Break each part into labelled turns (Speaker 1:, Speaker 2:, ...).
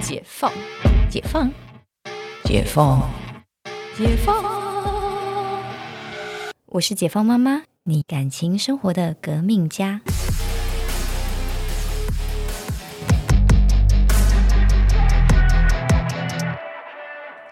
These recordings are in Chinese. Speaker 1: 解放，解放，解放，解放。
Speaker 2: 我是解放妈妈，你感情生活的革命家。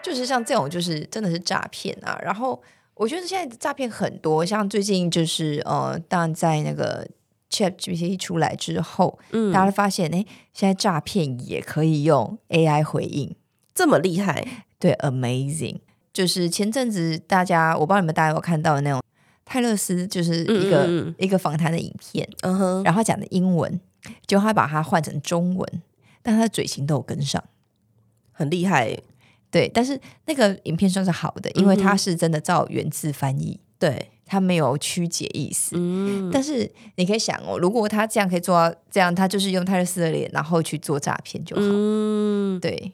Speaker 1: 就是像这种，就是真的是诈骗啊。然后我觉得现在诈骗很多，像最近就是呃，当然在那个 Chat GPT 出来之后，
Speaker 3: 嗯，
Speaker 1: 大家都发现，哎、现在诈骗也可以用 AI 回应，
Speaker 3: 这么厉害，
Speaker 1: 对，amazing。就是前阵子大家，我不知道你们大家有没有看到的那种泰勒斯，就是一个
Speaker 3: 嗯嗯嗯
Speaker 1: 一个访谈的影片，
Speaker 3: 嗯哼，
Speaker 1: 然后他讲的英文，结果他把它换成中文，但他的嘴型都有跟上。
Speaker 3: 很厉害，
Speaker 1: 对，但是那个影片算是好的，因为
Speaker 3: 嗯哼
Speaker 1: 它是真的照原字翻译，
Speaker 3: 对，
Speaker 1: 它没有曲解意思。
Speaker 3: 嗯，
Speaker 1: 但是你可以想哦，如果他这样可以做到这样，他就是用泰勒斯的脸，然后去做诈骗就好。
Speaker 3: 嗯，
Speaker 1: 对，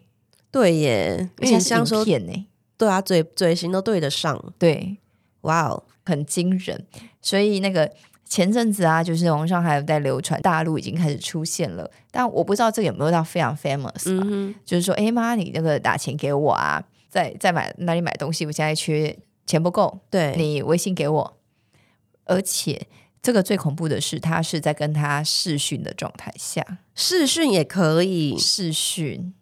Speaker 3: 对耶，
Speaker 1: 而
Speaker 3: 因
Speaker 1: 且
Speaker 3: 为你
Speaker 1: 是
Speaker 3: 这样说
Speaker 1: 影，片呢，
Speaker 3: 对啊，嘴嘴型都对得上，
Speaker 1: 对，
Speaker 3: 哇哦，
Speaker 1: 很惊人。所以那个前阵子啊，就是网上还有在流传，大陆已经开始出现了，但我不知道这个有没有到非常 famous 啊。
Speaker 3: 嗯哼，
Speaker 1: 就是说，哎妈，你那个打钱给我啊，在在买哪里买东西，我现在缺钱不够，
Speaker 3: 对，
Speaker 1: 你微信给我。而且这个最恐怖的是，他是在跟他视讯的状态下，
Speaker 3: 视讯也可以，
Speaker 1: 视讯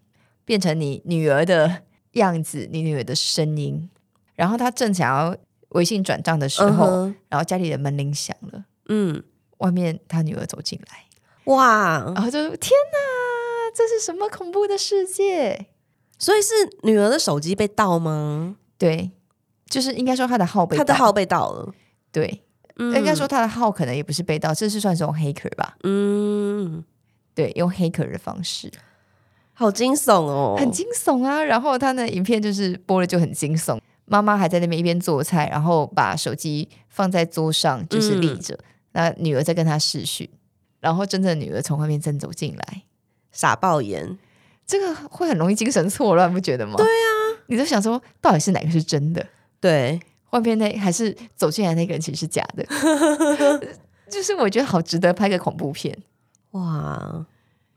Speaker 1: 变成你女儿的样子，你女儿的声音，然后他正想要微信转账的时
Speaker 3: 嗯
Speaker 1: 候，
Speaker 3: 哼，
Speaker 1: 然后家里的门铃响了，
Speaker 3: 嗯，
Speaker 1: 外面他女儿走进来，
Speaker 3: 哇，
Speaker 1: 然后就天哪，这是什么恐怖的世界？
Speaker 3: 所以是女儿的手机被盗吗？
Speaker 1: 对，就是应该说他的号被
Speaker 3: 她的
Speaker 1: 盗
Speaker 3: 号被盗了，
Speaker 1: 对，
Speaker 3: 嗯
Speaker 1: 应该说，他的号可能也不是被盗，这是算是用黑客吧？
Speaker 3: 嗯，
Speaker 1: 对，用黑客的方式，
Speaker 3: 好惊悚哦，
Speaker 1: 很惊悚啊。然后他的影片就是播了就很惊悚，妈妈还在那边一边做菜，然后把手机放在桌上
Speaker 3: 嗯
Speaker 1: 就是立着，那女儿在跟他视讯，然后真正的女儿从外面正走进来，
Speaker 3: 傻爆眼，
Speaker 1: 这个会很容易精神错乱，不觉得吗？对啊，你就想说到底是哪个是真的？
Speaker 3: 对，
Speaker 1: 外面那还是走进来那个人其实是假 的，就是我觉得好值得拍个恐怖片。
Speaker 3: 哇，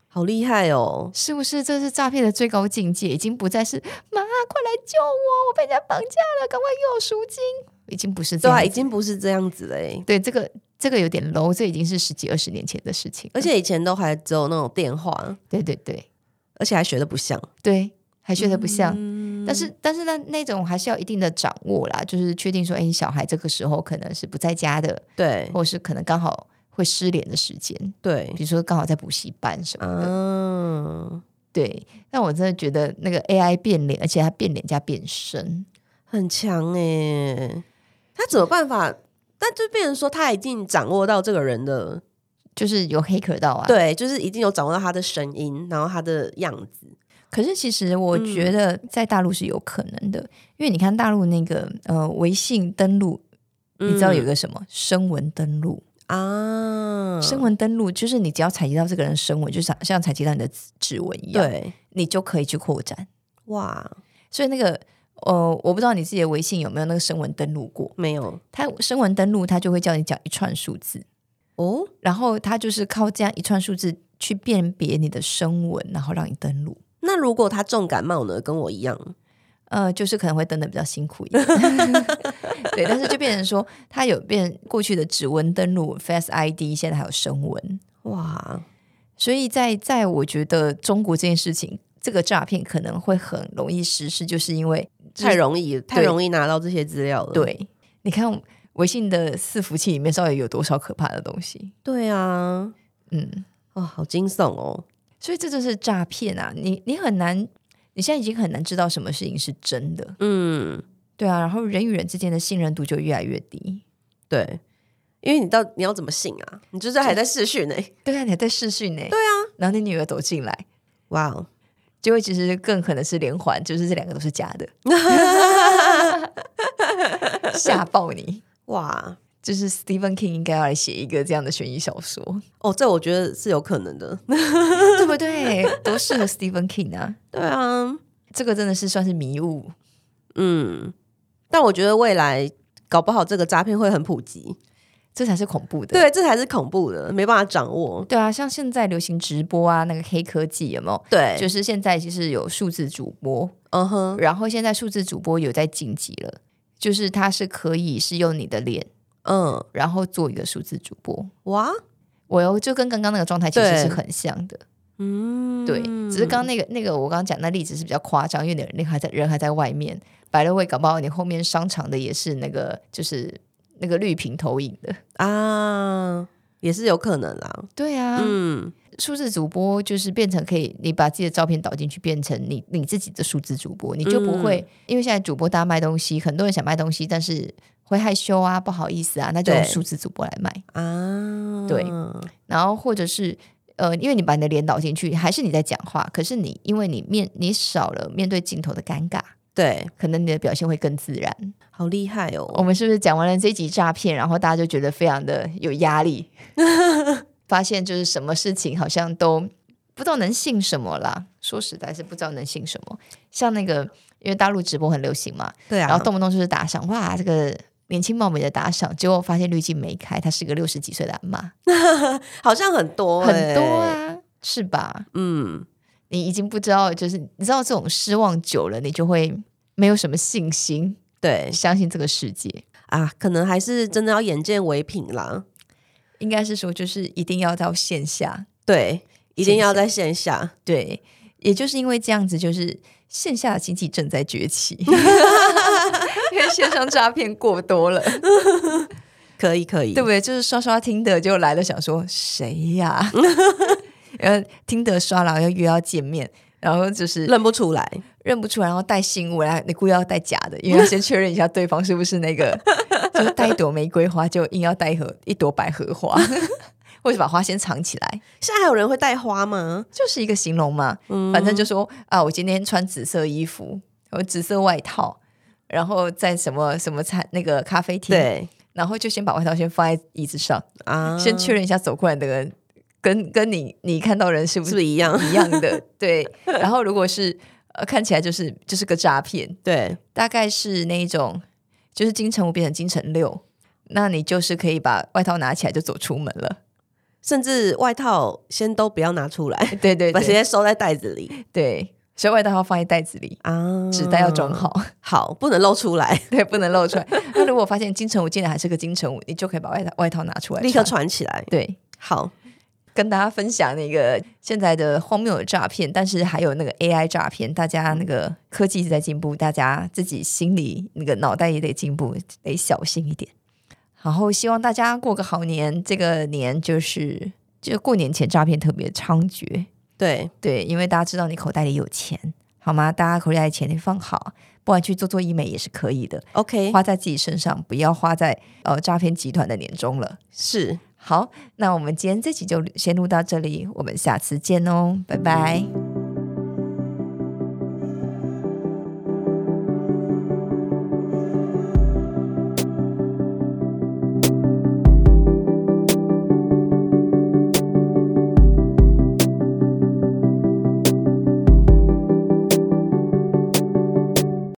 Speaker 3: 好厉害哦，
Speaker 1: 是不是这是诈骗的最高境界？已经不再是妈，快来救我，我被人家绑架了，赶快给我赎金，已经不是这
Speaker 3: 对啊，
Speaker 1: 样
Speaker 3: 已
Speaker 1: 子。
Speaker 3: 经不是这样子欸嘞。
Speaker 1: 对这个这个有点 low，这已经是十几二十年前的事情了。
Speaker 3: 而且以前都还只有那种电话，
Speaker 1: 对对对
Speaker 3: 而且还学的不像，
Speaker 1: 对，还学的不像。
Speaker 3: 嗯
Speaker 1: 但是，但是那那种还是要一定的掌握啦，就是确定说，哎，你小孩这个时候可能是不在家的，
Speaker 3: 对
Speaker 1: 或是可能刚好会失联的时间，
Speaker 3: 对
Speaker 1: 比，如说刚好在补习班什么的。啊
Speaker 3: 嗯，
Speaker 1: 对，但我真的觉得那个 AI 变脸，而且它变脸加变身，
Speaker 3: 很强哎、他怎么办法？但就变成说他已经掌握到这个人的，
Speaker 1: 就是有黑客到啊。
Speaker 3: 对，就是已经有掌握到他的声音，然后他的样子，
Speaker 1: 可是其实
Speaker 3: 嗯
Speaker 1: 我觉得在大陆是有可能的，因为你看大陆那个呃微信登录，你知道有
Speaker 3: 嗯
Speaker 1: 个什么声纹登录？
Speaker 3: 啊，
Speaker 1: 声纹登录就是你只要采集到这个人声纹，就像像采集到你的指指纹一样，，
Speaker 3: 对，
Speaker 1: 你就可以去扩展。
Speaker 3: 哇，
Speaker 1: 所以那个呃，我不知道你自己的微信有没有那个声纹登录过，
Speaker 3: 没有
Speaker 1: 它声纹登录它就会叫你讲一串数字，
Speaker 3: 哦，
Speaker 1: 然后它就是靠这样一串数字去辨别你的声纹，然后让你登录。
Speaker 3: 那如果他重感冒呢，跟我一样，
Speaker 1: 呃，就是可能会登的比较辛苦一 点，对，但是就变成说，它有变过去的指纹登录、Face ID，现在还有声纹，
Speaker 3: 哇，
Speaker 1: 所以在在我觉得中国这件事情，这个诈骗可能会很容易实施，就是因为
Speaker 3: 太容易，太容易拿到这些资料了，
Speaker 1: 对，你看微信的伺服器里面到底有多少可怕的东西，
Speaker 3: 对啊，
Speaker 1: 嗯，
Speaker 3: 哇、好惊悚哦，
Speaker 1: 所以这就是诈骗啊，你你很难，你现在已经很难知道什么事情是真的，
Speaker 3: 嗯，
Speaker 1: 对啊，然后人与人之间的信任度就越来越低。
Speaker 3: 对，因为你到你要怎么信啊？你就是还在欸试训呢、
Speaker 1: 对啊，你还在试训呢。对啊，然后你女儿走进来，
Speaker 3: 哇哦，
Speaker 1: 结果其实更可能是连环，就是这两个都是假 的，吓爆你！
Speaker 3: 哇，
Speaker 1: 就是 Stephen King 应该要来写一个这样的悬疑小 说，
Speaker 3: 哦，这我觉得是有可能的。
Speaker 1: 对不对？多适合 Stephen King 啊！
Speaker 3: 对啊，
Speaker 1: 这个真的是算是迷雾，
Speaker 3: 嗯，但我觉得未来搞不好这个诈骗会很普及。
Speaker 1: 这才是恐怖的。
Speaker 3: 对，这才是恐怖的，没办法掌握。
Speaker 1: 对啊，像现在流行直播啊，那个黑科技有没有？
Speaker 3: 对，
Speaker 1: 就是是现在其实有数字主播，
Speaker 3: 嗯哼，
Speaker 1: 然后现在数字主播有在晋级了，就是他是可以是用你的脸，
Speaker 3: 嗯，
Speaker 1: 然后做一个数字主播。
Speaker 3: 哇，
Speaker 1: 我又就跟刚刚那个状态其实
Speaker 3: 对
Speaker 1: 是很像的，
Speaker 3: 嗯，
Speaker 1: 对，只是刚刚那个那个我刚刚讲那例子是比较夸张，因为你人还在人还在外面，百乐味搞不好你后面商场的也是那个就是那个绿屏投影的，
Speaker 3: 啊，也是有可能啦。
Speaker 1: 对啊，
Speaker 3: 嗯，
Speaker 1: 数字主播就是变成可以，你把自己的照片导进去，变成你你自己的数字主播，你就不会、因为现在主播大家卖东西，很多人想卖东西，但是会害羞啊，不好意思啊，那就用
Speaker 3: 对
Speaker 1: 数字主播来卖。
Speaker 3: 啊，
Speaker 1: 对然后或者是呃，因为你把你的脸导进去，还是你在讲话，可是你因为你面你少了面对镜头的尴尬，
Speaker 3: 对，
Speaker 1: 可能你的表现会更自然。
Speaker 3: 好厉害哦。
Speaker 1: 我们是不是讲完了这集诈骗，然后大家就觉得非常的有压力，发现就是什么事情好像都不知道能信什么啦。说实在是不知道能信什么，像那个因为大陆直播很流行嘛，
Speaker 3: 对啊，
Speaker 1: 然后动不动就是打赏，哇，这个年轻貌美的打赏，结果发现滤镜没开，她是个六十几岁的阿妈，
Speaker 3: 好像很多、欸
Speaker 1: 很多。啊，是吧？
Speaker 3: 嗯，
Speaker 1: 你已经不知道，就是你知道这种失望久了，你就会没有什么信心，
Speaker 3: 对
Speaker 1: 相信这个世界。
Speaker 3: 啊，可能还是真的要眼见为凭啦。
Speaker 1: 应该是说，就是一定要到线下，
Speaker 3: 对，一定
Speaker 1: 线
Speaker 3: 要
Speaker 1: 下
Speaker 3: 在线下。
Speaker 1: 对，也就是因为这样子，就是线下的经济正在崛起，因为线上诈骗过多了，
Speaker 3: 可以，可以。
Speaker 1: 对不对？就是刷刷听的就来了，想说谁呀、然后听的刷了，要约要见面，然后就是认
Speaker 3: 认不出来，
Speaker 1: 认不出来，然后带信物来，你故意要带假的，因为要先确认一下对方是不是那个，就是带一朵玫瑰花，就硬要带一盒一朵百合花， 或者把花先藏起来。
Speaker 3: 现在还有人会带花吗？
Speaker 1: 就是一个形容嘛，反
Speaker 3: 嗯
Speaker 1: 正就说啊，我今天穿紫色衣服，我紫色外套，然后在什么什么餐那个咖啡厅，，
Speaker 3: 对
Speaker 1: 然后就先把外套先放在椅子上，
Speaker 3: 啊，
Speaker 1: 先确认一下走过来的人跟跟你你看到人是不
Speaker 3: 是
Speaker 1: 是
Speaker 3: 不是一样？
Speaker 1: 一样的，对。然后如果是呃看起来就是就是个诈骗，
Speaker 3: 对，
Speaker 1: 大概是那一种就是金城五变成金城六，那你就是可以把外套拿起来就走出门了，
Speaker 3: 甚至外套先都不要拿出来，
Speaker 1: 对对
Speaker 3: 把直
Speaker 1: 对
Speaker 3: 接收在袋子里
Speaker 1: 对，所以外套要放在袋子里，
Speaker 3: 啊，
Speaker 1: 纸袋要装好。
Speaker 3: 好，不能露出来，
Speaker 1: 对，不能露出来。那如果发现金城武竟然还是个金城武，你就可以把外套外套拿出来，
Speaker 3: 立刻。穿起来。
Speaker 1: 对，
Speaker 3: 好，
Speaker 1: 跟大家分享那个现在的荒谬的诈骗，但是还有那个 AI 诈骗，大家那个科技一直在进步，大家自己心里那个脑袋也得进步，得小心一点。然后希望大家过个好年，这个年就是就过年前诈骗特别猖獗，
Speaker 3: 对，
Speaker 1: 对，因为大家知道你口袋里有钱，好吗？大家口袋里钱你放好，不然去做做医美也是可以的。
Speaker 3: OK，
Speaker 1: 花在自己身上，不要花在呃诈骗集团的年终了。
Speaker 3: 是，
Speaker 1: 好，那我们今天这期就先录到这里，我们下次见哦，拜拜。